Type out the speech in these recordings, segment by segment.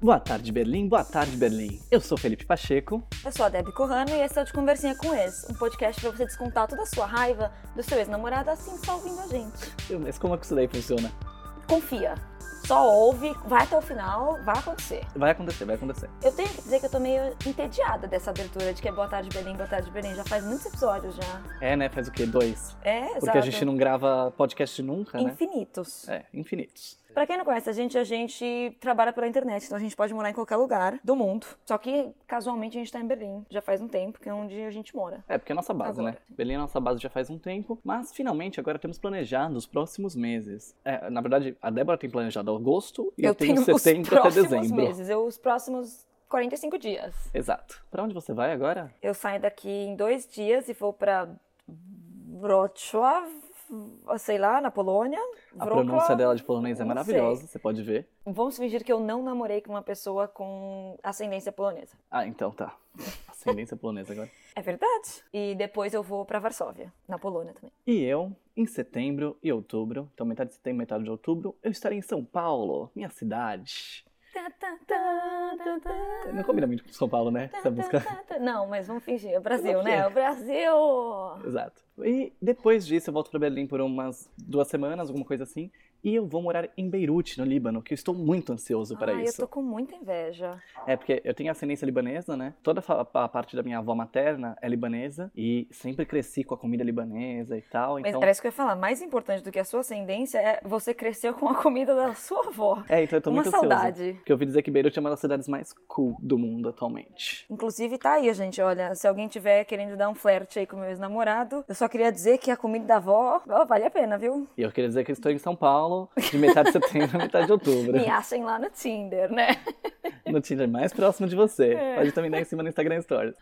Boa tarde, Berlim. Boa tarde, Berlim. Eu sou Felipe Pacheco. Eu sou a Debbie Corrano e esse é o De Conversinha com Ex, um podcast pra você descontar toda a sua raiva do seu ex-namorado assim só ouvindo a gente. Eu- Mas como é que isso daí funciona? Confia, só ouve, vai até o final, vai acontecer. Vai acontecer, vai acontecer. Eu tenho que dizer que eu tô meio entediada dessa abertura de que é Boa Tarde Belém, Boa Tarde Belém, já faz muitos episódios já. É, né? Faz o quê? Dois? É, Porque exato. a gente não grava podcast nunca, né? Infinitos. É, infinitos. Pra quem não conhece a gente, a gente trabalha pela internet, então a gente pode morar em qualquer lugar do mundo. Só que, casualmente, a gente tá em Berlim, já faz um tempo, que é onde a gente mora. É, porque é a nossa base, Agora. né? Berlim é a nossa base já faz um tempo, mas finalmente agora temos planejado os próximos meses. É, na verdade, a Débora tem planejado agosto e eu, tenho, os setembro até próximos dezembro. meses, eu, os próximos 45 dias. Exato. Pra onde você vai agora? Eu saio daqui em dois dias e vou pra Wrocław, sei lá, na Polônia. A Wrocław. pronúncia dela de polonês é não maravilhosa, você pode ver. Vamos fingir que eu não namorei com uma pessoa com ascendência polonesa. Ah, então tá. Ascendência polonesa agora. É verdade. E depois eu vou pra Varsóvia, na Polônia também. E eu, em setembro e outubro, então metade de setembro, metade de outubro, eu estarei em São Paulo, minha cidade. Tá, tá, tá, tá, tá. Não combina muito com São Paulo, né? Essa música. Tá, tá, tá. Não, mas vamos fingir. É Brasil, Vamos né? fingir. O Brasil! Exato. E depois disso eu volto pra Berlim por umas duas semanas, alguma coisa assim, e eu vou morar em Beirute, no Líbano, que eu estou muito ansioso para Ai, isso. Ah, eu tô com muita inveja. É porque eu tenho ascendência libanesa, né? Toda fa- a parte da minha avó materna é libanesa e sempre cresci com a comida libanesa e tal, Mas então parece que eu ia falar, mais importante do que a sua ascendência é você cresceu com a comida da sua avó. é, então eu tô Uma muito ansioso. saudade. Porque eu ouvi dizer que Beirute é uma das cidades mais cool do mundo atualmente. Inclusive, tá aí, gente. Olha, se alguém tiver querendo dar um flerte aí com o meu ex-namorado, eu só queria dizer que a comida da avó ó, vale a pena, viu? E eu queria dizer que eu estou em São Paulo de metade de setembro a metade de outubro. Me achem lá no Tinder, né? No Tinder mais próximo de você. É. Pode também dar em cima no Instagram Stories.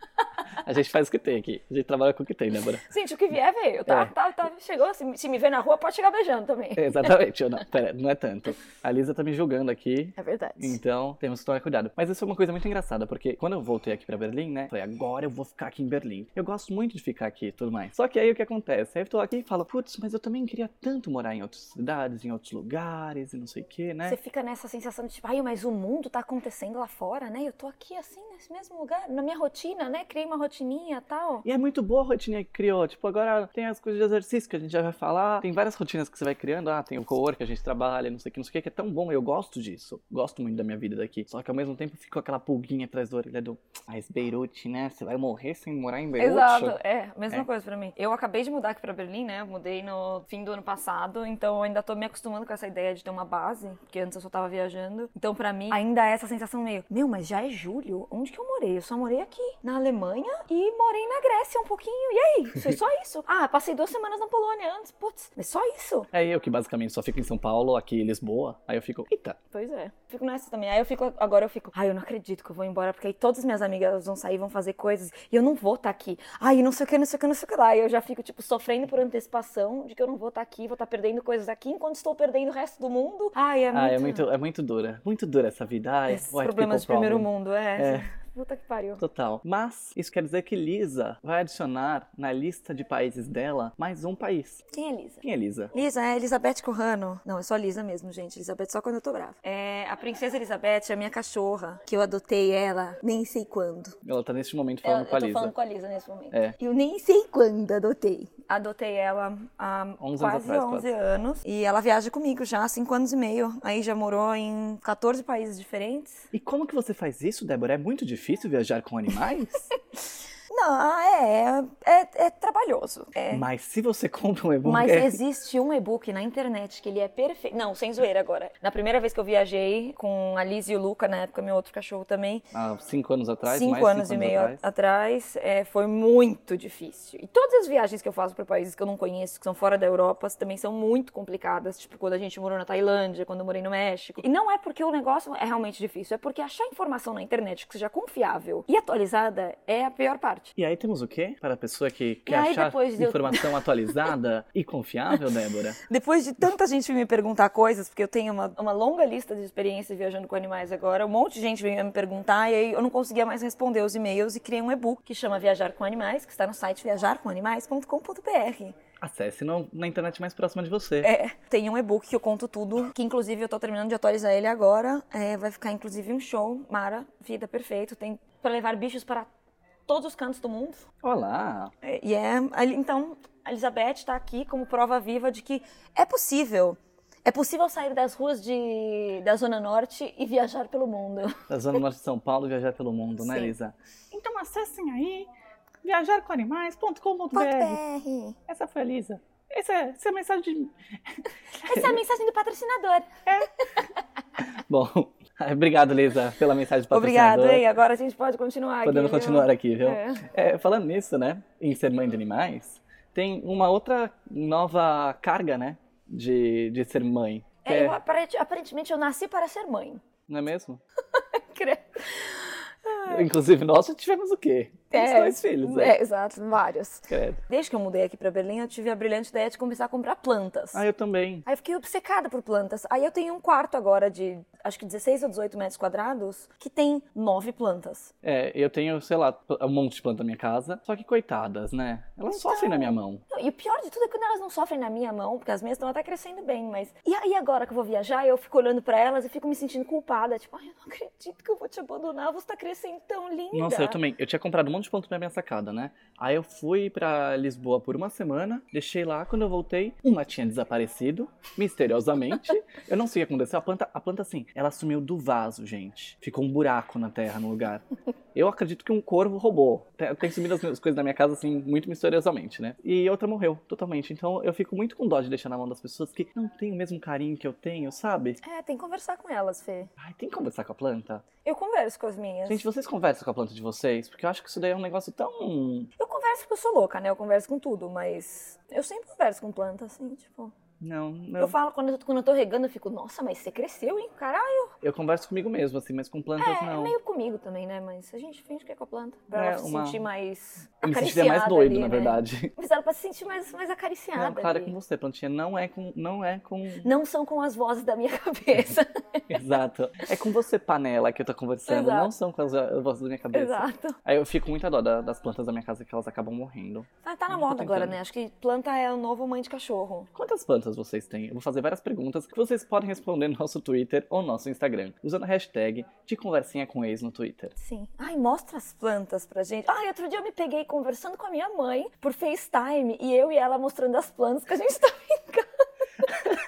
A gente faz o que tem aqui. A gente trabalha com o que tem, Débora. Gente, o que vier veio, tá? É. tá, tá chegou, se, se me ver na rua, pode chegar beijando também. É, Exatamente. Eu não, pera, não é tanto. A Lisa tá me julgando aqui. É verdade. Então, temos que tomar cuidado. Mas isso foi uma coisa muito engraçada, porque quando eu voltei aqui pra Berlim, né? Falei, agora eu vou ficar aqui em Berlim. Eu gosto muito de ficar aqui e tudo mais. Só que aí o que acontece? Aí eu tô aqui e falo, putz, mas eu também queria tanto morar em outras cidades, em outros lugares e não sei o que, né? Você fica nessa sensação de tipo, ai, mas o mundo tá acontecendo lá fora, né? Eu tô aqui assim, nesse mesmo lugar, na minha rotina, né? Criei uma rotininha e tal. E é muito boa a rotina que criou. Tipo, agora tem as coisas de exercício que a gente já vai falar. Tem várias rotinas que você vai criando. Ah, tem o co-work que a gente trabalha, não sei o que, não sei o que, que é tão bom. Eu gosto disso. Gosto muito da minha vida daqui. Só que ao mesmo tempo ficou aquela pulguinha atrás da orelha do. Mas Beirute, né? Você vai morrer sem morar em Beirute? Exato, é, mesma É. coisa pra mim. Eu acabei de mudar aqui pra Berlim, né? Eu mudei no fim do ano passado, então eu ainda tô me acostumando com essa ideia de ter uma base, porque antes eu só tava viajando. Então pra mim ainda é essa sensação meio, meu, mas já é julho? Onde que eu morei? Eu só morei aqui, na Alemanha e morei na Grécia um pouquinho. E aí? Foi só isso? Ah, passei duas semanas na Polônia antes. Putz, mas só isso? É eu que basicamente só fico em São Paulo, aqui em Lisboa. Aí eu fico, eita, Pois é. Fico nessa também. Aí eu fico, agora eu fico, ai, eu não acredito que eu vou embora, porque aí todas as minhas amigas elas vão sair, vão fazer coisas, e eu não vou estar aqui. Ai, não sei o que, não sei o que, não sei o que lá. E eu já fico, tipo, sofrendo por antecipação de que eu não vou estar aqui, vou estar perdendo coisas aqui, enquanto estou perdendo o resto do mundo. Ai, é muito... ah, é muito, é muito dura. Muito dura essa vida. Ai, Esses white problemas de people primeiro problem. mundo, é. É. Puta que pariu. Total. Mas isso quer dizer que Lisa vai adicionar na lista de países dela mais um país. Quem é Lisa? Quem é Lisa? Lisa, é Elizabeth Corrano. Não, é só Lisa mesmo, gente. Elizabeth só quando eu tô brava. É, a princesa Elizabeth é a minha cachorra, que eu adotei ela nem sei quando. Ela tá neste momento falando eu com a tô Lisa. falando com a Lisa nesse momento. É. Eu nem sei quando adotei. Adotei ela há 11 anos quase atrás, quase. 11 anos. E ela viaja comigo já há 5 anos e meio. Aí já morou em 14 países diferentes. E como que você faz isso, Débora? É muito difícil viajar com animais? Não, é, é, é trabalhoso. É. Mas se você compra um Mas hambúrguer... existe um e-book na internet que ele é perfeito. Não, sem zoeira agora. Na primeira vez que eu viajei com a Liz e o Luca, na época, meu outro cachorro também, Há cinco anos atrás, cinco mais anos cinco e meio atrás. a- atrás, é, foi muito difícil. E todas as viagens que eu faço para países que eu não conheço, que são fora da Europa, também são muito complicadas. Tipo, quando a gente morou na Tailândia, quando eu morei no México. E não é porque o negócio é realmente difícil, é porque achar informação na internet que seja confiável e atualizada é a pior parte. E aí temos o quê? Para a pessoa que E quer aí achar depois de eu- informação atualizada e confiável, Débora? Depois de tanta gente me perguntar coisas, porque eu tenho uma, uma longa lista de experiências viajando com animais agora, um monte de gente veio me perguntar e aí eu não conseguia mais responder os e-mails e criei um e-book que chama Viajar com Animais, que está no site viajarcomanimais.com.br. Acesse no- na internet mais próxima de você. É, tem um e-book que eu conto tudo, que inclusive eu tô terminando de atualizar ele agora. É, vai ficar inclusive um show, Mara, Vida Perfeito, tem pra levar bichos para todos os cantos do mundo. Olá! É, E é, ali- então, a Elizabeth está aqui como prova viva de que é possível. É possível sair das ruas de, da Zona Norte e viajar pelo mundo. Da Zona Norte Tá de São Paulo, viajar pelo mundo, né, Sim. Elisa? Então acessem aí viajarcoanimais.com.br. BR. Essa foi a Lisa. Essa, essa é a mensagem de Essa é a mensagem do patrocinador. Bom, obrigado, Elisa, pela mensagem do Obrigada, patrocinador. hein? Agora a gente pode continuar Podemos aqui. viu? continuar aqui, viu? É. Uhum. É, falando nisso, né, em ser mãe de animais, tem uma outra nova carga, né, de, de ser mãe. que É, é- eu aparente- aparentemente eu nasci para ser mãe. não é mesmo? Cre- Inclusive, nós já tivemos o quê? Temos Ah. É, dois filhos, né? É, exato, vários. Credo. Desde que eu mudei aqui pra Berlim, eu tive a brilhante ideia de começar a comprar plantas. Ah, eu também. Aí eu fiquei obcecada por plantas. Aí eu tenho um quarto agora de acho que 16 ou 18 metros quadrados que tem nove plantas. É, eu tenho, sei lá, pl- um monte de planta na minha casa. Só que coitadas, né? Elas Então. sofrem na minha mão. Não, E o pior de tudo é que quando elas não sofrem na minha mão, porque as minhas estão até crescendo bem, mas. E aí agora que eu vou viajar, eu fico olhando pra elas e fico me sentindo culpada. Tipo, ai, eu não acredito que eu vou te abandonar, você tá crescendo tão linda. Nossa, eu também. Eu tinha comprado um monte de planta na minha sacada, né? Aí eu fui pra Lisboa por uma semana, deixei lá. Quando eu voltei, uma tinha desaparecido, misteriosamente. eu não sei o que aconteceu. A planta, a planta, assim, ela sumiu do vaso, gente. Ficou um buraco na terra, no lugar. Eu acredito que um corvo roubou. Tem, tem sumido as minhas coisas da minha casa, assim, muito misteriosamente, né? E outra morreu, totalmente. Então eu fico muito com dó de deixar na mão das pessoas que não têm o mesmo carinho que eu tenho, sabe? É, tem que conversar com elas, Fê. Ai, tem que conversar com a planta. Eu converso com as minhas. Gente, vocês conversam com a planta de vocês? Porque eu acho que isso daí é um negócio tão. Eu converso porque eu sou louca, né? Eu converso com tudo, mas eu sempre converso com plantas, assim, tipo. Não, não. Eu Eu, falo quando eu, tô- quando eu tô regando, eu fico, nossa, mas você cresceu, hein? Caralho. converso comigo mesmo, assim, mas com plantas É, é não. meio comigo também, né? Mas a gente finge que é com a planta. Pra É, ela se uma- sentir mais. Eu me sentiria acariciada mais doido, ali, na né? verdade. Mas ela pra se sentir mais, mais acariciada. Não, claro, é ali. com você, plantinha. Não é com. Não é com. Não são com as vozes da minha cabeça. Exato. É com você, panela, que eu tô conversando. Exato. Não são com as as vozes da minha cabeça. Exato. Aí eu fico com muita dó da- das plantas da minha casa que elas acabam morrendo. Ah, tá na Eu tô moda agora, tentando. né? Acho que planta é o novo mãe de cachorro. Quantas plantas vocês têm? Eu vou fazer várias perguntas que vocês podem responder no nosso Twitter ou no nosso Instagram, usando a hashtag de conversinha com ex no Twitter. Sim. Ai, mostra as plantas pra gente. Ai, outro dia eu me peguei conversando com a minha mãe por FaceTime e eu e ela mostrando as plantas que a gente tava em casa.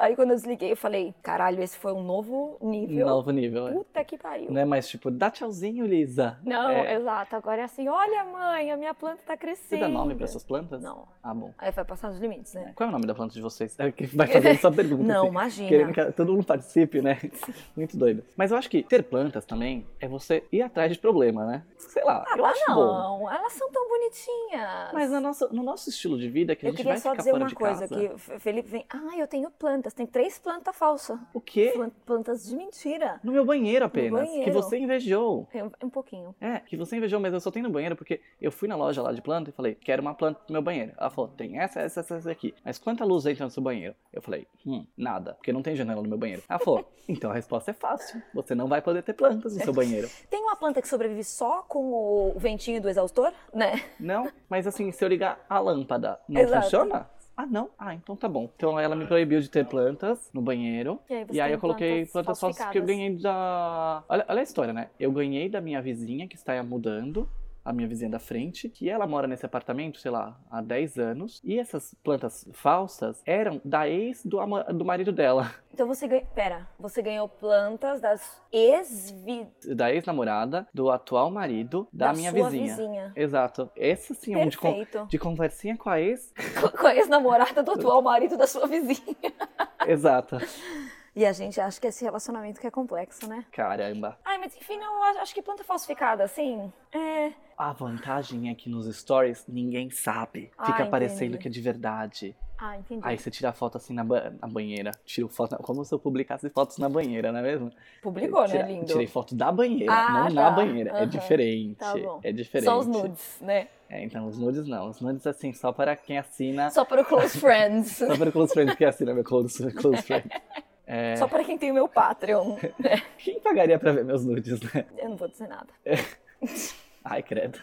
Aí quando eu desliguei, eu falei, caralho, esse foi um novo nível. Novo nível, é. Puta que pariu. Não é mais tipo, dá tchauzinho, Lisa. Não, É, exato. Agora é assim, olha mãe, a minha planta tá Você crescendo. dá nome pra essas plantas? Não. Ah, bom. Aí vai passar os limites, né? Qual é o nome da planta de vocês? É que vai fazer essa pergunta. Não, assim, imagina. Querendo que todo mundo participe, né? Muito doido. Mas eu acho que ter plantas também é você ir atrás de problema, né? Sei lá, Ah, eu acho não, bom. elas são tão bonitinhas. Mas no nosso, no nosso estilo de vida, que a eu gente vai queria só ficar dizer fora uma de coisa casa. que o F- Felipe vem. Ah, eu tenho plantas. Tem três plantas falsas. O quê? Plan- Plantas de mentira. No meu banheiro apenas. Que banheiro. você invejou. É um- Um pouquinho. É, que você invejou, mas eu só tenho no banheiro porque eu fui na loja lá de planta e falei, quero uma planta pro meu banheiro. Ela falou, tem essa, essa, essa, essa aqui. Mas quanta luz entra no seu banheiro? Eu falei, hum, nada, porque não tem janela no meu banheiro. Ela falou, então a resposta é fácil. Você não vai poder ter plantas no seu banheiro. Tem uma planta que sobrevive só com o ventinho do exaustor, né? Não, mas assim, se eu ligar a lâmpada, não Exato. funciona? Ah, não? Ah, então tá bom. Então ela me proibiu de ter plantas no banheiro. E aí você E aí tem eu coloquei plantas plantas falsas que eu falsificadas. ganhei da. Olha, olha a história, né? Eu ganhei da minha vizinha que está mudando. A minha vizinha da frente, que ela mora nesse apartamento, sei lá, há 10 anos. E essas plantas falsas eram da ex do, ama- do marido dela. Então você ganha. Pera, você ganhou plantas das ex-vi... Da ex-namorada, do atual marido, da, minha sua vizinha. vizinha. Exato. Esse sim é um de, con- Perfeito. de conversinha com a ex. Com- Com a ex-namorada do atual marido da sua vizinha. Exato. E a gente acha que esse relacionamento que é complexo, né? Caramba. Ai, mas enfim, não, eu acho- acho que planta falsificada, assim. É. A vantagem é que nos stories ninguém sabe. Ah, Fica entendi. parecendo que é de verdade. Ah, entendi. Aí você tira a foto assim na, ba- na banheira. Tiro foto. na- Como se eu publicasse fotos na banheira, não é mesmo? Publicou, Tira- né, lindo? Tirei foto da banheira, Ah, não na tá. banheira. É Aham. diferente. Tá bom. É diferente. Só os nudes, né? É, então os nudes não. Os nudes assim, só para quem assina. Só para o close friends. Só para o close friend que assina meu close, close friend. É, Só para quem tem o meu Patreon. né? Quem pagaria pra ver meus nudes, né? Eu não vou dizer nada. Ai, credo.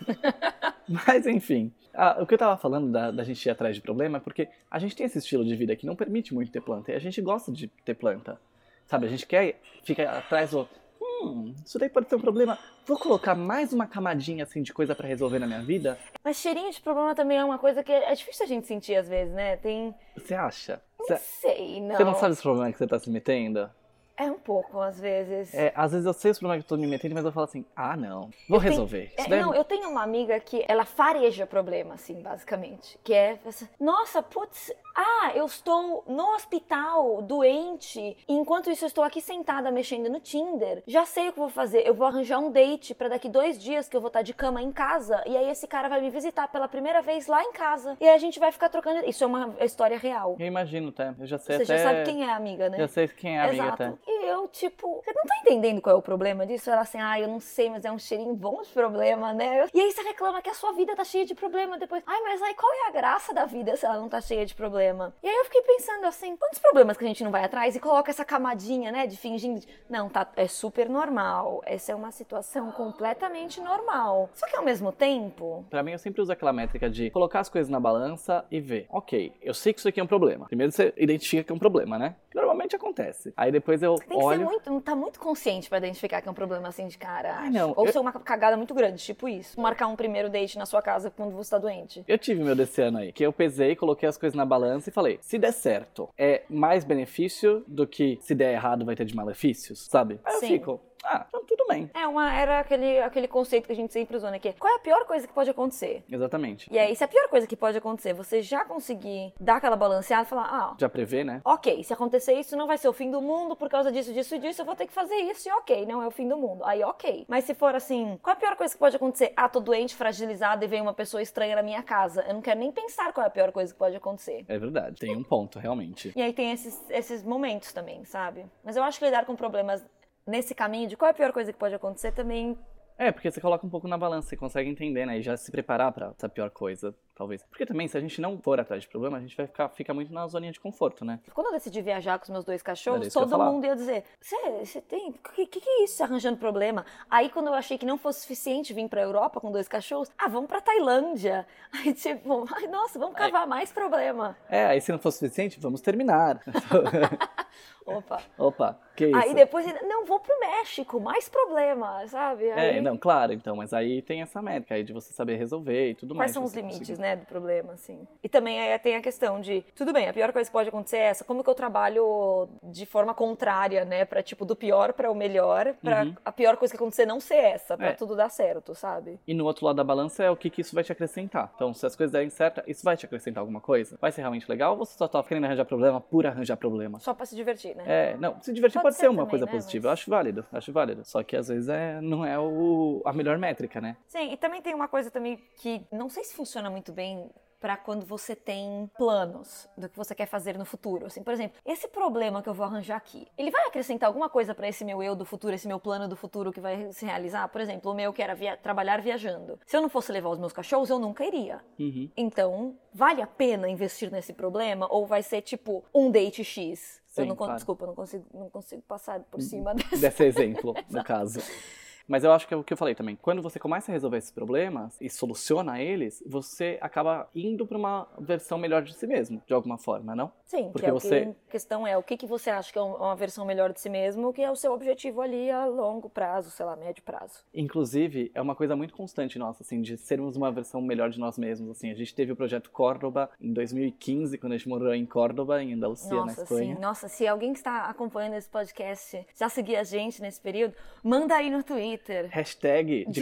Mas enfim, Ah, o que eu tava falando da, da gente ir atrás de problema é porque a gente tem esse estilo de vida que não permite muito ter planta e a gente gosta de ter planta. Sabe, a gente quer ficar atrás do. Hum, isso daí pode ser um problema. Vou colocar mais uma camadinha assim de coisa pra resolver na minha vida? Mas cheirinho de problema também é uma coisa que é é difícil a gente sentir às vezes, né? Tem. Você acha? Não Você sei, não. você não sabe esse problema que você tá se metendo? É um pouco, às vezes. É, às vezes eu sei os problemas que eu tô me metendo, mas eu falo assim: ah, não, vou tenho- resolver. É, Isso daí é Não, eu tenho uma amiga que ela fareja problema, assim, basicamente. Que é, essa- nossa, putz, ah, eu estou no hospital, doente, e enquanto isso eu estou aqui sentada mexendo no Tinder. Já sei o que eu vou fazer, eu vou arranjar um date pra daqui dois dias que eu vou estar de cama em casa, e aí esse cara vai me visitar pela primeira vez lá em casa, e aí a gente vai ficar trocando. Isso é uma história real. Eu imagino, tá? Eu já sei Você até. já sabe quem é a amiga, né? Eu sei quem é a amiga, Exato. tá? E eu, tipo, você não tá entendendo qual é o problema disso? Ela assim, ah, eu não sei, mas é um cheirinho bom de problema, né? E aí você reclama que a sua vida tá cheia de problema depois. Ai, mas aí qual é a graça da vida se ela não tá cheia de problema? E aí eu fiquei pensando assim, quantos problemas que a gente não vai atrás e coloca essa camadinha, né, de fingindo. de- Não, tá, é super normal. Essa é uma situação completamente normal. Só que ao mesmo tempo. Pra mim, eu sempre uso aquela métrica de colocar as coisas na balança e ver. Ok, eu sei que isso aqui é um problema. Primeiro você identifica que é um problema, né? Que Normalmente acontece. Aí depois eu Tem que ser olho. muito, tá muito consciente pra identificar que é um problema assim de cara. Ah, acho. não, Ou eu- ser uma cagada muito grande, tipo isso. Marcar um primeiro date na sua casa quando você tá doente. Eu tive meu desse ano aí, que eu pesei, coloquei as coisas na balança e falei: se der certo, é mais benefício do que se der errado vai ter de malefícios, sabe? Aí Sim. eu fico, ah, então tudo bem. É, uma, era aquele, aquele conceito que a gente sempre usou, né? Que é, qual é a pior coisa que pode acontecer? Exatamente. E é- aí, se a pior coisa que pode acontecer, você já conseguir dar aquela balanceada e falar, ah, Já prevê, né? ok, se acontecer isso, não vai ser o fim do mundo por causa disso, disso e disso, eu vou ter que fazer isso, e ok, não é o fim do mundo. Aí, ok. Mas se for assim, qual é a pior coisa que pode acontecer? Ah, tô doente, fragilizada e vem uma pessoa estranha na minha casa. Eu não quero nem pensar qual é a pior coisa que pode acontecer. É verdade. Tem um ponto, realmente. E aí tem esses, esses momentos também, sabe? Mas eu acho que lidar com problemas nesse caminho de qual é a pior coisa que pode acontecer também. É, porque você coloca um pouco na balança, você consegue entender, né? E já se preparar pra essa pior coisa, talvez. Porque também, se a gente não for atrás de problema, a gente vai ficar fica muito na zoninha de conforto, né? Quando eu decidi viajar com os meus dois Era cachorros, isso que eu ia todo falar. mundo ia dizer: Você tem. O que, que que é isso? Arranjando problema? Aí, quando eu achei que não fosse suficiente vir pra Europa com dois cachorros, ah, vamos pra Tailândia. Aí, tipo, ai, nossa, vamos cavar mais problema. É, aí se não for suficiente, vamos terminar. Opa. Opa, que isso? Aí depois, ainda, não, vou pro México, mais problema, sabe? É, Aí, não, claro, então, mas aí tem essa métrica aí de você saber resolver e tudo mais. Quais são os você limites, conseguir. né, do problema, assim. E também aí tem a questão de, tudo bem, a pior coisa que pode acontecer é essa, como que eu trabalho de forma contrária, né, pra, tipo, do pior pra o melhor, pra Uhum. a pior coisa que acontecer não ser essa, pra É. tudo dar certo, sabe? E no outro lado da balança é o que, que isso vai te acrescentar. Então, se as coisas derem certo, isso vai te acrescentar alguma coisa? Vai ser realmente legal ou você só tá querendo arranjar problema por arranjar problema? Só pra se divertir, né? É, não, se divertir Pode pode, ser ser, uma também, coisa né, positiva. mas- Eu acho válido, acho válido. Só que às vezes é, não é o, a melhor métrica, né? Sim, e também tem uma coisa também que não sei se funciona muito bem pra quando você tem planos do que você quer fazer no futuro. Assim, por exemplo, esse problema que eu vou arranjar aqui, ele vai acrescentar alguma coisa pra esse meu eu do futuro, esse meu plano do futuro que vai se realizar? Por exemplo, o meu que era via- trabalhar viajando. Se eu não fosse levar os meus cachorros, eu nunca iria. Uhum. Então, vale a pena investir nesse problema ou vai ser tipo um date X? eu Sim, não con- claro. Uhum. desculpa, eu não consigo, não consigo passar por cima dessa. Desse exemplo, no caso. Mas eu acho que é o que eu falei também. Quando você começa a resolver esses problemas e soluciona eles, você acaba indo pra uma versão melhor de si mesmo, de alguma forma, não? Sim, Porque que é você- o que a questão é o que, que você acha que é um- uma versão melhor de si mesmo, que é o seu objetivo ali a longo prazo, sei lá, médio prazo. Inclusive, é uma coisa muito constante nossa, assim, de sermos uma versão melhor de nós mesmos, assim. A gente teve o projeto Córdoba em 2015, quando a gente morou em Córdoba, em Andalucia, é na Nossa, Espanha. sim. Nossa, se alguém que está acompanhando esse podcast já seguir a gente nesse período, manda aí no Twitter. Hashtag de, De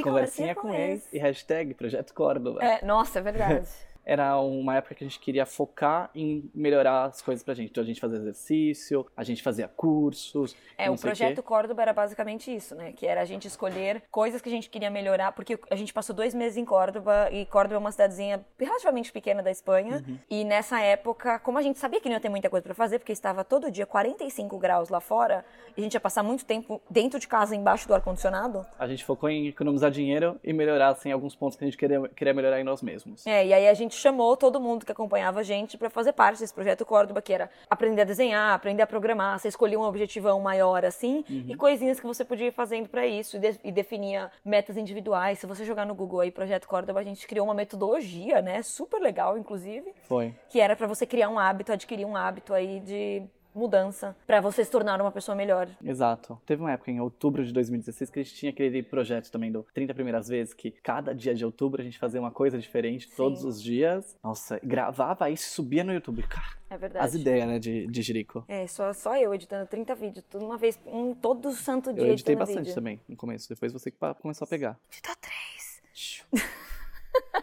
conversinha, conversinha com com ex ex. e hashtag projeto Córdoba. É, nossa, é verdade. Era uma época que a gente queria focar em melhorar as coisas pra gente. Então a gente fazia exercício, a gente fazia cursos. É, não o sei projeto quê. Córdoba era basicamente isso, né? Que era a gente escolher coisas que a gente queria melhorar, porque a gente passou dois meses em Córdoba, e Córdoba é uma cidadezinha relativamente pequena da Espanha. Uhum. E nessa época, como a gente sabia que não ia ter muita coisa pra fazer, porque estava todo dia 45 graus lá fora, e a gente ia passar muito tempo dentro de casa, embaixo do ar-condicionado. A gente focou em economizar dinheiro e melhorar, assim, alguns pontos que a gente queria, queria melhorar em nós mesmos. É, e aí a gente gente chamou todo mundo que acompanhava a gente pra fazer parte desse projeto Córdoba, que era aprender a desenhar, aprender a programar, você escolhia um objetivão maior assim Uhum. e coisinhas que você podia ir fazendo pra isso e, de- e definia metas individuais. Se você jogar no Google aí projeto Córdoba, a gente criou uma metodologia, né, super legal inclusive, Foi. que era pra você criar um hábito, adquirir um hábito aí de mudança, pra você se tornar uma pessoa melhor. Exato. Teve uma época em outubro de 2016 que a gente tinha aquele projeto também do 30 primeiras vezes, que cada dia de outubro a gente fazia uma coisa diferente Sim. todos os dias. Nossa, gravava isso, subia no YouTube. Cara, É verdade. as ideias, né, de, de Jerico. É, só, só eu editando 30 vídeos, tudo uma vez, um todo santo dia Eu editei editando bastante vídeo. também no começo, depois você que pa- começou a pegar. Editou três.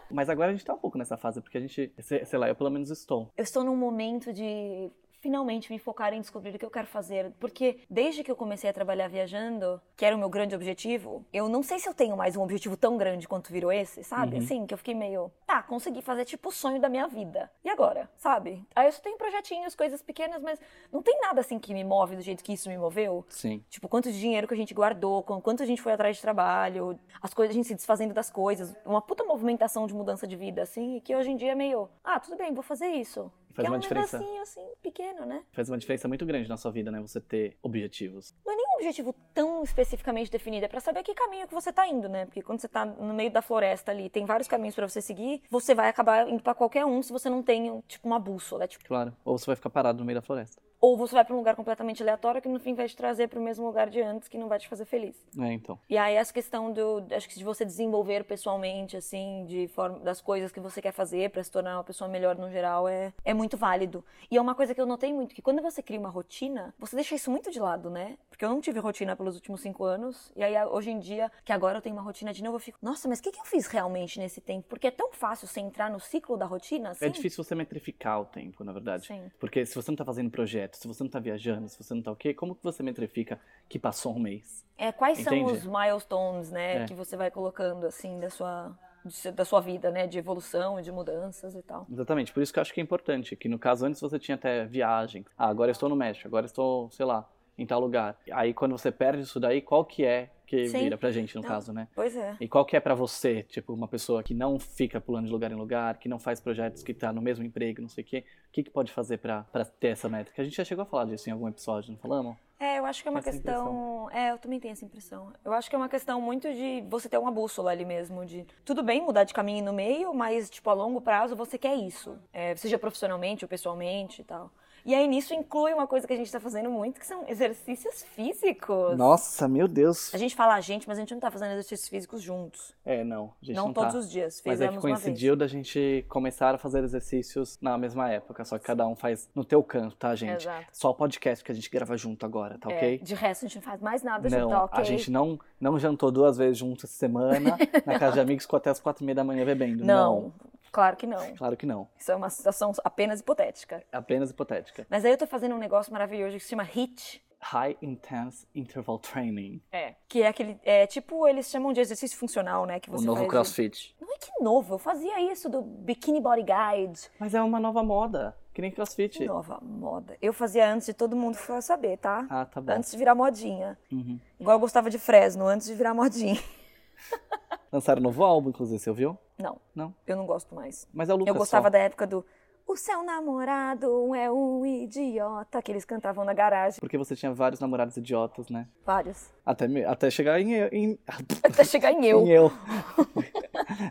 Mas agora a gente tá um pouco nessa fase, porque a gente, sei sei lá, eu pelo menos estou. Eu estou num momento de finalmente me focar em descobrir o que eu quero fazer, porque desde que eu comecei a trabalhar viajando, que era o meu grande objetivo, eu não sei se eu tenho mais um objetivo tão grande quanto virou esse, sabe? Uhum. Assim, que eu fiquei meio, tá, consegui fazer tipo o sonho da minha vida. E agora, sabe? Aí eu só tenho projetinhos, coisas pequenas, mas não tem nada assim que me move do jeito que isso me moveu. Sim. Tipo, quanto de dinheiro que a gente guardou, qu- quanto a gente foi atrás de trabalho, as coisas, a gente se desfazendo das coisas. Uma puta movimentação de mudança de vida, assim, e que hoje em dia é meio, ah, tudo bem, vou fazer isso. Faz que uma é um diferença. negocinho, assim, pequeno, né? Faz uma diferença muito grande na sua vida, né? Você ter objetivos. Não é nenhum objetivo tão especificamente definido, é pra saber que caminho que você tá indo, né? Porque quando você tá no meio da floresta ali, tem vários caminhos pra você seguir, você vai acabar indo pra qualquer um se você não tem, tipo, uma bússola. Tipo, Claro. Ou você vai ficar parado no meio da floresta. ou você vai pra um lugar completamente aleatório que no fim vai te trazer pro mesmo lugar de antes que não vai te fazer feliz. É, então. E aí essa questão do, acho que de você desenvolver pessoalmente, assim, de forma, das coisas que você quer fazer pra se tornar uma pessoa melhor no geral é, é muito válido. E é uma coisa que eu notei muito, que quando você cria uma rotina, você deixa isso muito de lado, né? Porque eu não tive rotina pelos últimos cinco anos, e aí a- hoje em dia, que agora eu tenho uma rotina de novo, eu fico, nossa, mas o que, que eu fiz realmente nesse tempo? Porque é tão fácil você entrar no ciclo da rotina, assim. É difícil você metrificar o tempo, na verdade. Sim. Porque se você não tá fazendo projeto, se você não tá viajando, se você não tá o quê, como que você metrifica que passou um mês? É, quais são Entendi. os milestones, né, É. que você vai colocando, assim, da sua, de se- da sua vida, né, de evolução, de mudanças e tal. Exatamente, por isso que eu acho que é importante, que no caso antes você tinha até viagem. Ah, agora eu estou no México, agora eu estou, sei lá, em tal lugar. Aí quando você perde isso daí, qual que é que Sim. vira pra gente, no Não. caso, né? Pois é. E qual que é pra você, tipo, uma pessoa que não fica pulando de lugar em lugar, que não faz projetos, que tá no mesmo emprego, não sei o quê, o que que pode fazer pra pra ter essa métrica? A gente já chegou a falar disso em algum episódio, não falamos? É, eu acho que é uma Essa questão. É, eu também tenho essa impressão. Eu acho que é uma questão muito de você ter uma bússola ali mesmo, de tudo bem mudar de caminho no meio, mas, tipo, a longo prazo você quer isso. É, seja profissionalmente ou pessoalmente e tal. E aí nisso inclui uma coisa que a gente tá fazendo muito, que são exercícios físicos. Nossa, meu Deus. A gente fala a gente, mas a gente não tá fazendo exercícios físicos juntos. É, não, a gente não, Não todos tá. os dias. Mas é que Fizemos uma vez. coincidiu da gente começar a fazer exercícios na mesma época, só que cada um faz no teu canto, tá, gente? Exato. Só o podcast que a gente grava junto agora, tá É, ok? de resto, a gente não faz mais nada junto, tá Não, ok? a gente não, não jantou duas vezes junto essa semana, na casa de amigos, ficou até as quatro e meia da manhã bebendo. Não, claro que não. Não, Claro que não. Isso é uma situação apenas hipotética. É apenas hipotética. Mas aí eu tô fazendo um negócio maravilhoso que se chama HIIT. High Intense Interval Training. É. Que é aquele. É tipo, eles chamam de exercício funcional, né? Que você o novo faz de- CrossFit. Não é que novo, eu fazia isso do Bikini Body Guide. Mas é uma nova moda, que nem CrossFit. Nova moda. Eu fazia antes de todo mundo fa- saber, tá? Ah, tá bom. Antes de virar modinha. Uhum. Igual eu gostava de Fresno, antes de virar modinha. Lançaram um novo álbum, inclusive, você ouviu? Não. Não? Eu não gosto mais. Mas é o Lucas eu gostava só. da época do. O seu namorado é um idiota. Que eles cantavam na garagem. Porque você tinha vários namorados idiotas, né? Vários. Até, me- até chegar em, em, Até chegar em eu. em eu.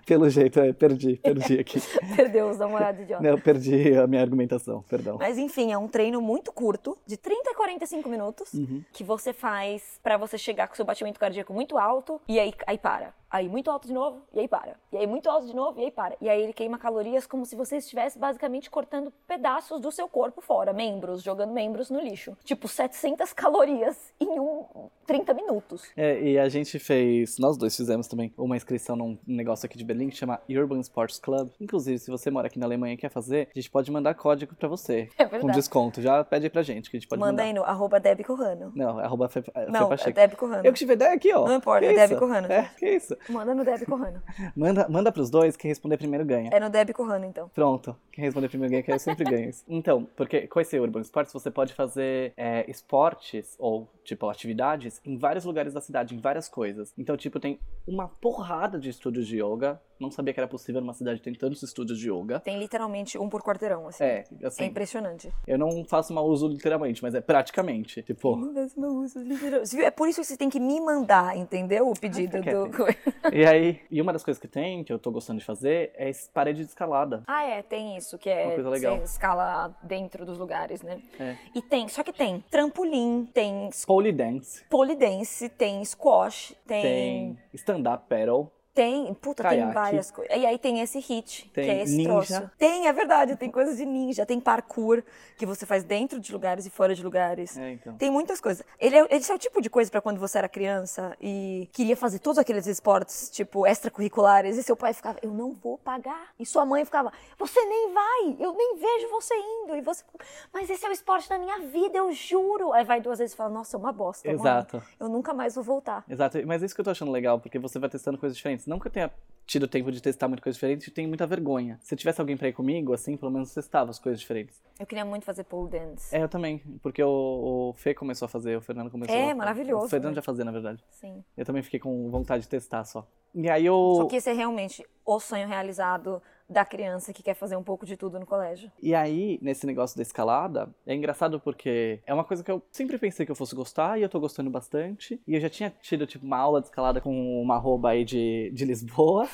Pelo jeito, é, perdi, perdi aqui. Perdeu os namorados idiotas. Não, perdi a minha argumentação, perdão. Mas enfim, é um treino muito curto, de 30 a 45 minutos, Uhum. que você faz pra você chegar com seu batimento cardíaco muito alto e aí, aí para. Aí muito alto de novo, e aí para. E aí muito alto de novo, e aí para. E aí ele queima calorias como se você estivesse basicamente cortando pedaços do seu corpo fora, membros, jogando membros no lixo. Tipo 700 calorias em um 30 minutos. É, e a gente fez, nós dois fizemos também uma inscrição num negócio aqui de Berlim que chama Urban Sports Club. Inclusive, se você mora aqui na Alemanha e quer fazer, a gente pode mandar código pra você. É Com verdade. desconto. Já pede aí pra gente, que a gente pode Manda mandar. aí no arroba Debbie Corrano. Não, é arroba Fe, Fe Não, é Pacheco. Debbie Corrano. Eu que tive a ideia aqui, ó. Não importa, que é Debbie isso? Corrano. É, que isso. Manda no Debbie Corrano. Manda, manda pros dois, quem responder primeiro ganha. É no Debbie Corrano, então. Pronto. Quem responder primeiro ganha, que eu sempre ganho. Então, porque com esse Urban Sports você pode fazer é, esportes ou, tipo, atividades em vários lugares da cidade, em várias coisas. Então, tipo, tem uma porrada de estúdios de yoga. Não sabia que era possível numa cidade que tem tantos estúdios de yoga. Tem literalmente um por quarteirão, assim. É, É assim, impressionante. eu não faço mau uso literalmente, mas é praticamente. Tipo, Não desce meu uso, literal. Você viu? É por isso que você tem que me mandar, entendeu? O pedido Ah, do. e aí, e uma das coisas que tem, que eu tô gostando de fazer, é es- parede de escalada. Ah, é, tem isso, que é Uma coisa legal. você escala dentro dos lugares, né? É. E tem, só que tem trampolim, tem s- Holy dance, polidense, tem squash, tem. tem stand-up paddle, Tem. puta, tem Caiaque. várias coisas. E aí tem esse hit, Tem que é esse ninja. troço. Tem, é verdade, tem coisa de ninja, tem parkour, que você faz dentro de lugares e fora de lugares. é, então. Tem muitas coisas. Ele é, esse é o tipo de coisa pra quando você era criança e queria fazer todos aqueles esportes, tipo, extracurriculares, e seu pai ficava, eu não vou pagar. E sua mãe ficava, você nem vai, eu nem vejo você indo. E você, mas esse é o esporte da minha vida, eu juro. Aí vai duas vezes e fala, nossa, é uma bosta. mãe. Exato. Eu nunca mais vou voltar. Exato, mas é isso que eu tô achando legal, porque você vai testando coisas diferentes. Não que eu tenha tido tempo de testar muita coisa diferente, eu tenho muita vergonha. Se tivesse alguém pra ir comigo, assim, pelo menos eu testava as coisas diferentes. Eu queria muito fazer pole dance. É, eu também, porque o, o Fê começou a fazer, o Fernando começou. É, a- maravilhoso, O Fernando né? já fazia, na verdade. Sim. Eu também fiquei com vontade de testar só. E aí eu. Só que esse é realmente o sonho realizado da criança que quer fazer um pouco de tudo no colégio. E aí, nesse negócio da escalada, é engraçado porque é uma coisa que eu sempre pensei que eu fosse gostar e eu tô gostando bastante. E eu já tinha tido, tipo, uma aula de escalada com uma arroba aí de, de Lisboa.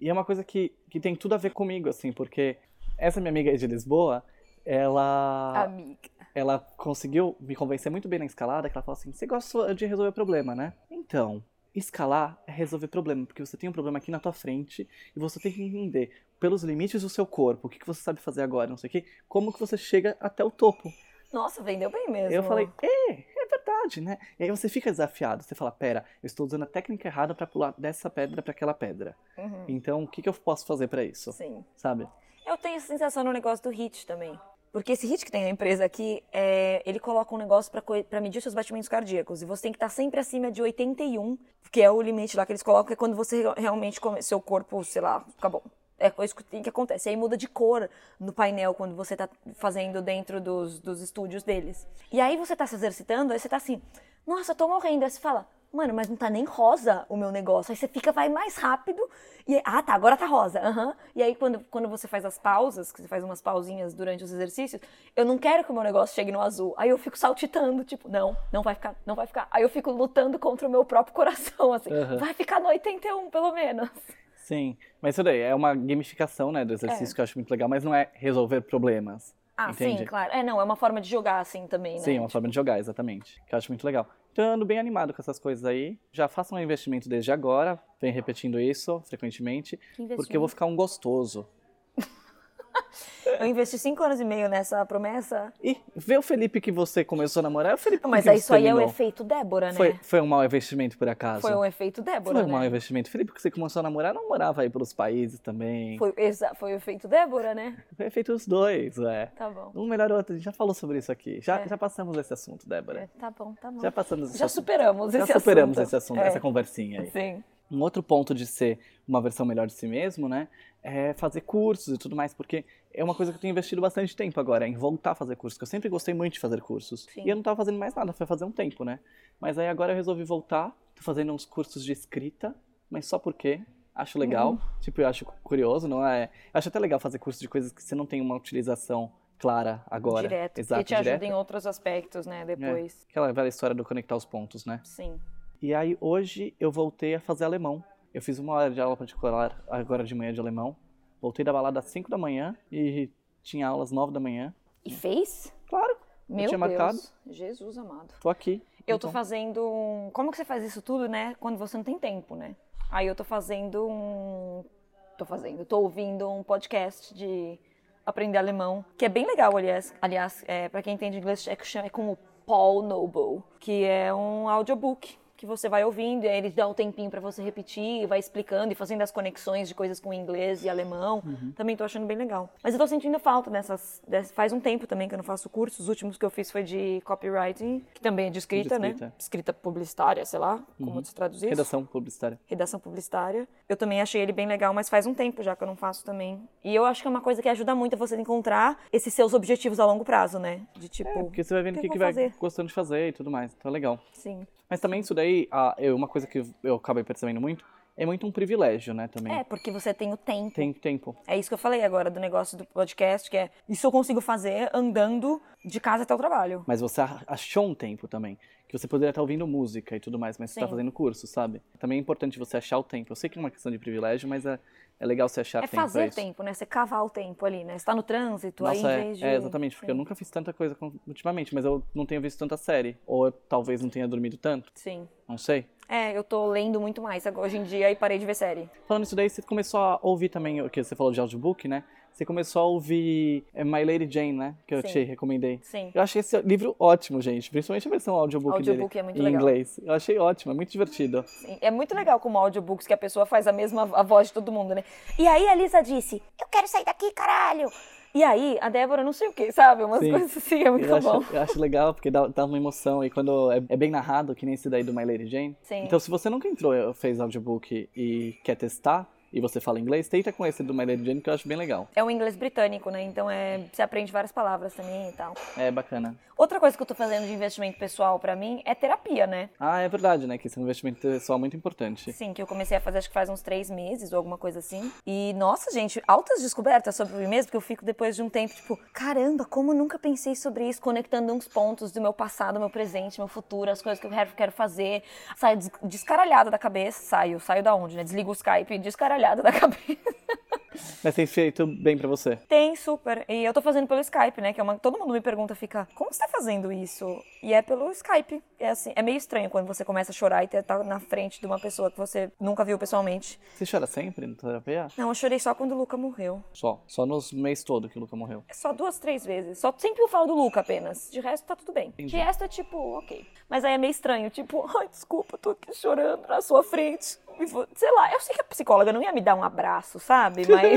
e é uma coisa que, que tem tudo a ver comigo, assim, porque essa minha amiga aí de Lisboa, ela Amiga. ela conseguiu me convencer muito bem na escalada, que ela fala assim: você gosta de resolver problema, né? Então, escalar é resolver problema, porque você tem um problema aqui na tua frente e você tem que entender pelos limites do seu corpo, o que, que você sabe fazer agora, não sei o quê, como que você chega até o topo. Nossa, vendeu bem mesmo. Eu falei, é, é verdade, né? E aí você fica desafiado, você fala, pera, eu estou usando a técnica errada pra pular dessa pedra pra aquela pedra. Uhum. Então, o que, que eu posso fazer pra isso, Sim. sabe? Eu tenho essa sensação no negócio do HIT também. Porque esse HIT que tem na empresa aqui, é, ele coloca um negócio pra coi- pra medir os seus batimentos cardíacos. E você tem que estar sempre acima de 81, que é o limite lá que eles colocam, que é quando você re- realmente, come- seu corpo, sei lá, fica bom. É isso que tem que acontece. Aí muda de cor no painel quando você tá fazendo dentro dos, dos estúdios deles. E aí você tá se exercitando, aí você tá assim, nossa, eu tô morrendo. Aí você fala, mano, mas não tá nem rosa o meu negócio. Aí você fica, vai mais rápido. E aí, ah, tá, agora tá rosa. Aham. E aí, quando, quando você faz as pausas, que você faz umas pausinhas durante os exercícios, eu não quero que o meu negócio chegue no azul. Aí eu fico saltitando, tipo, não, não vai ficar, não vai ficar. Aí eu fico lutando contra o meu próprio coração, assim. Aham. Vai ficar no 81, pelo menos. Sim, mas isso daí é uma gamificação, né, do exercício que eu acho muito legal, mas não é resolver problemas. Ah, sim, Entendi. claro. É, não, é uma forma de jogar, assim, também, né? Sim, é uma forma de jogar, exatamente. Que eu acho muito legal. Então eu ando bem animado com essas coisas aí. Já façam um investimento desde agora. Vem repetindo isso frequentemente. Tipo, Porque eu vou ficar um gostoso. Eu investi cinco anos e meio nessa promessa. Ih, vê o Felipe que você começou a namorar. É o Felipe Mas que aí você isso aí é o terminou. efeito Débora, né? Foi, foi um mau investimento, por acaso? Foi o efeito Débora, Foi um né? mau investimento. Felipe, que você começou a namorar, não morava aí pelos países também. Foi, exa- foi o efeito Débora, né? Foi feito os dois, é. Tá bom. Um melhor outro, a gente já falou sobre isso aqui. Já, É. já passamos esse assunto, Débora. É, tá bom, tá bom. Já Já, passamos esse assunto. superamos esse já superamos assunto. esse assunto, É. essa conversinha aí. Sim. um outro ponto de ser uma versão melhor de si mesmo, né? É fazer cursos e tudo mais, porque é uma coisa que eu tenho investido bastante tempo agora, é em voltar a fazer cursos, que eu sempre gostei muito de fazer cursos. Sim. E eu não tava fazendo mais nada, foi fazer um tempo, né? Mas aí agora eu resolvi voltar, tô fazendo uns cursos de escrita, mas só porque acho Uhum. legal, tipo, eu acho curioso, não é? Eu acho até legal fazer curso de coisas que você não tem uma utilização clara agora. direto. Exato, que te ajuda direta. em outros aspectos, né? Depois. Aquela velha história do conectar os pontos, né? Sim. E aí hoje eu voltei a fazer alemão. Eu fiz uma hora de aula particular agora de manhã de alemão. Voltei da balada às 5 da manhã e tinha aula às 9 da manhã. E fez? Claro, Meu tinha Deus. marcado. Jesus amado. tô aqui. Eu tô Então, fazendo um. Como que você faz isso tudo, né? Quando você não tem tempo, né? Aí eu tô fazendo um. Tô fazendo. Tô ouvindo um podcast de aprender alemão, que é bem legal, aliás. Aliás, é, para quem entende inglês, é, que chama- é com o Paul Noble, que é um audiobook que você vai ouvindo e aí ele dá um tempinho pra você repetir, e vai explicando e fazendo as conexões de coisas com inglês e alemão. Uhum. Também tô achando bem legal. Mas eu tô sentindo falta dessas, dessas- Faz um tempo também que eu não faço curso. Os últimos que eu fiz foi de copywriting, que também é de escrita, De né? escrita. Uhum. Escrita publicitária, sei lá, como se traduzir isso Redação publicitária. redação publicitária. Eu também achei ele bem legal, mas faz um tempo já que eu não faço também. E eu acho que é uma coisa que ajuda muito a você encontrar esses seus objetivos a longo prazo, né? De tipo, É, porque você vai vendo o o que que, eu que vai vou fazer? gostando de fazer e tudo mais. Então é legal. sim. Mas também isso daí, ah, eu- uma coisa que eu acabei percebendo muito é muito um privilégio, né, também. É, porque você tem o tempo. Tem tempo. É isso que eu falei agora do negócio do podcast, que é isso eu consigo fazer andando de casa até o trabalho. Mas você a- achou um tempo também. Que você poderia estar ouvindo música e tudo mais, mas você tá Sim. fazendo curso, sabe? Também é importante você achar o tempo. Eu sei que é uma questão de privilégio, mas é, é legal você achar É tempo. pra fazer isso. tempo, né? Você cavar o tempo ali, né? Você tá no trânsito, aí Nossa, em é, vez de. é, exatamente, porque eu Sim. nunca fiz tanta coisa com- ultimamente, mas eu não tenho visto tanta série. Ou eu talvez não tenha dormido tanto, Sim. não sei. É, eu tô lendo muito mais agora, hoje em dia e parei de ver série. Falando isso daí, você começou a ouvir também, o que você falou de audiobook, né? Você começou a ouvir é, My Lady Jane, né? Que eu Sim. te recomendei. Sim. Eu achei esse livro ótimo, gente. Principalmente a versão audiobook, Audiobook dele. é muito em legal. inglês. Eu achei ótimo, é muito divertido. Sim. É muito legal como audiobooks que a pessoa faz a mesma a voz de todo mundo, né? E aí a Lisa disse: Eu quero sair daqui, caralho! E aí a Débora não sei o que, sabe? Umas Sim. coisas assim, é muito eu, bom. acho, eu acho legal, porque dá, dá uma emoção. E quando é, é bem narrado, que nem esse daí do My Lady Jane. Sim. Então, se você nunca entrou, fez audiobook e quer testar, e você fala inglês, tenta com esse do My Lady Jane, que eu acho bem legal. É um inglês britânico, né? Então é, você aprende várias palavras também e tal. É bacana. Outra coisa que eu tô fazendo de investimento pessoal pra mim é terapia, né? Ah, é verdade, né? Que esse é um investimento pessoal muito importante. Sim, que eu comecei a fazer acho que faz uns três meses ou alguma coisa assim. E, nossa, gente, altas descobertas sobre mim mesmo, porque eu fico depois de um tempo, tipo, caramba, como eu nunca pensei sobre isso, conectando uns pontos do meu passado, meu presente, meu futuro, as coisas que eu quero- quero fazer. Saio des- descaralhada da cabeça, saio, saio da onde, né? Desligo o Skype, descaralhada da cabeça. Mas tem feito bem pra você. Tem, super. E eu tô fazendo pelo Skype, né? Que é uma. Todo mundo me pergunta, fica, como você tá fazendo isso? E é pelo Skype. É assim, é meio estranho quando você começa a chorar e tá na frente de uma pessoa que você nunca viu pessoalmente. Você chora sempre na terapia? Não, eu chorei só quando o Luca morreu. Só. Só nos mês todo que o Luca morreu. É só duas, três vezes. Só sempre eu falo do Luca apenas. De resto tá tudo bem. Entendi. De resto é tipo, ok. Mas aí é meio estranho, tipo, ai, desculpa, tô aqui chorando na sua frente. E vou- Sei lá, eu sei que a psicóloga não ia me dar um abraço, sabe? Mas.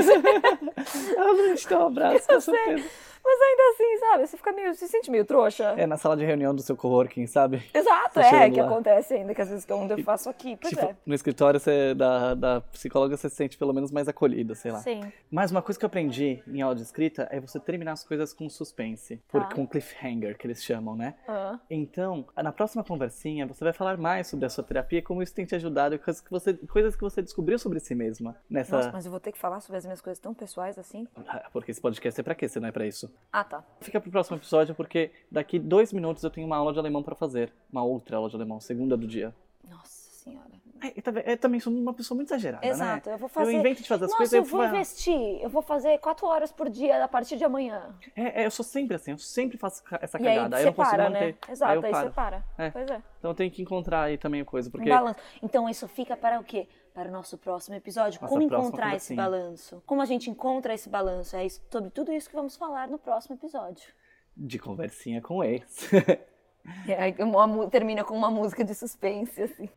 Ah, gente, dá um abraço, com certeza. Mas ainda assim, sabe? Você fica meio. Se sente meio trouxa. É na sala de reunião do seu coworking, sabe? Exato, Tá é, chorando que lá. acontece ainda, que às vezes que é onde eu faço aqui. Pois tipo, é. no escritório você, da, da psicóloga você se sente pelo menos mais acolhida, sei lá. Sim. Mas uma coisa que eu aprendi em aula de escrita é você terminar as coisas com suspense. Por, Tá. com cliffhanger, que eles chamam, né? Ah. Então, na próxima conversinha, você vai falar mais sobre a sua terapia, como isso tem te ajudado, coisas que você, coisas que você descobriu sobre si mesma nessa. Nossa, mas eu vou ter que falar sobre as minhas coisas tão pessoais assim? Ah, Porque esse podcast é pra quê? Você não é pra isso. Ah, tá. Fica pro próximo episódio, porque daqui dois minutos eu tenho uma aula de alemão pra fazer. Uma outra aula de alemão, segunda do dia. Nossa senhora. É, eu tam- eu também sou uma pessoa muito exagerada, né? Exato, eu vou fazer. Eu invento de fazer as Nossa, coisas eu e vou falo, investir. Eu vou fazer quatro horas por dia a partir de amanhã. é, é, eu sou sempre assim, eu sempre faço ca- essa E aí cagada. eu não consigo separa, manter. né? Exato, aí aí, eu paro. você para. É. Pois é. Então eu tenho que encontrar aí também a coisa, porque Um balanço. Então isso fica para o quê? Para o nosso próximo episódio. Nossa Como próxima encontrar esse conversinha. balanço? Como a gente encontra esse balanço? É isso- sobre tudo isso que vamos falar no próximo episódio. de conversinha com ex. termina com uma música de suspense, assim.